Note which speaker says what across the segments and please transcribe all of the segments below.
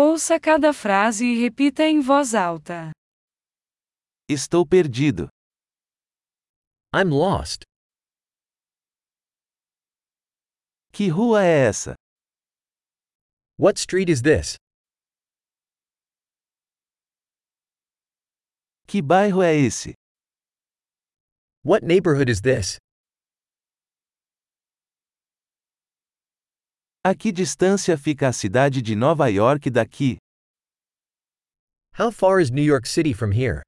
Speaker 1: Ouça cada frase e repita em voz alta.
Speaker 2: Estou perdido.
Speaker 3: I'm lost.
Speaker 2: Que rua é essa?
Speaker 3: What street is this?
Speaker 2: Que bairro é esse?
Speaker 3: What neighborhood is this?
Speaker 2: A que distância fica a cidade de Nova York daqui?
Speaker 3: How far is New York City from here?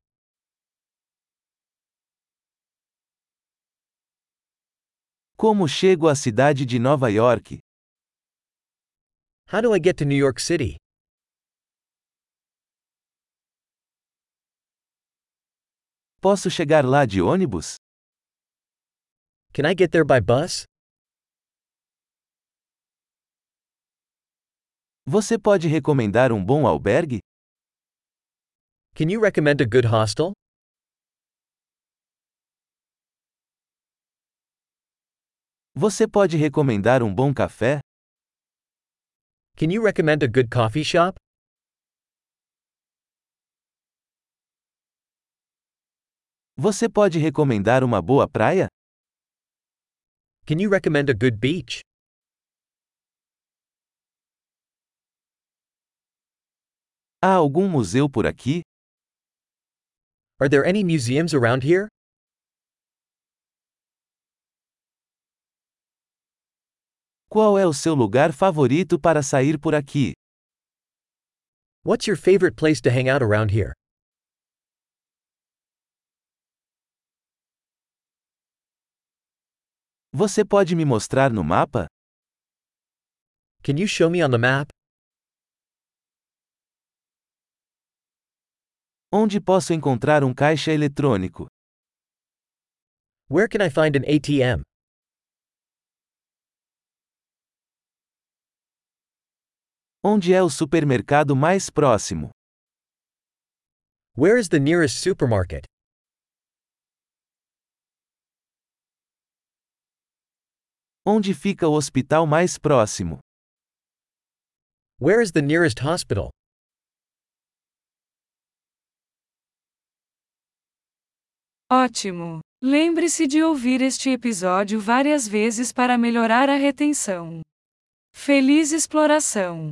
Speaker 2: Como chego à cidade de Nova York?
Speaker 3: How do I get to New York City?
Speaker 2: Posso chegar lá de ônibus?
Speaker 3: Can I get there by bus?
Speaker 2: Você pode recomendar um bom albergue?
Speaker 3: Can you recommend a good hostel?
Speaker 2: Você pode recomendar um bom café?
Speaker 3: Can you recommend a good coffee shop?
Speaker 2: Você pode recomendar uma boa praia?
Speaker 3: Can you recommend a good beach?
Speaker 2: Há algum museu por aqui?
Speaker 3: Are there any museums around here?
Speaker 2: Qual é o seu lugar favorito para sair por aqui?
Speaker 3: What's your favorite place to hang out around here?
Speaker 2: Você pode me mostrar no mapa?
Speaker 3: Can you show me on the map?
Speaker 2: Onde posso encontrar um caixa eletrônico?
Speaker 3: Where can I find an ATM?
Speaker 2: Onde é o supermercado mais próximo?
Speaker 3: Where is the nearest supermarket?
Speaker 2: Onde fica o hospital mais próximo?
Speaker 3: Where is the nearest hospital?
Speaker 1: Ótimo! Lembre-se de ouvir este episódio várias vezes para melhorar a retenção. Feliz exploração!